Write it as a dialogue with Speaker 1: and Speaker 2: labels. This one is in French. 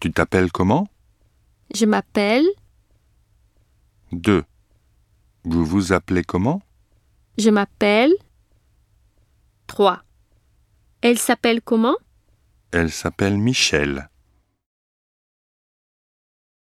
Speaker 1: Tu t'appelles comment
Speaker 2: Je m'appelle,
Speaker 1: 2. Vous vous appelez comment
Speaker 2: je m'appelle. 3. Elle s'appelle comment
Speaker 1: Elle s'appelle Michel.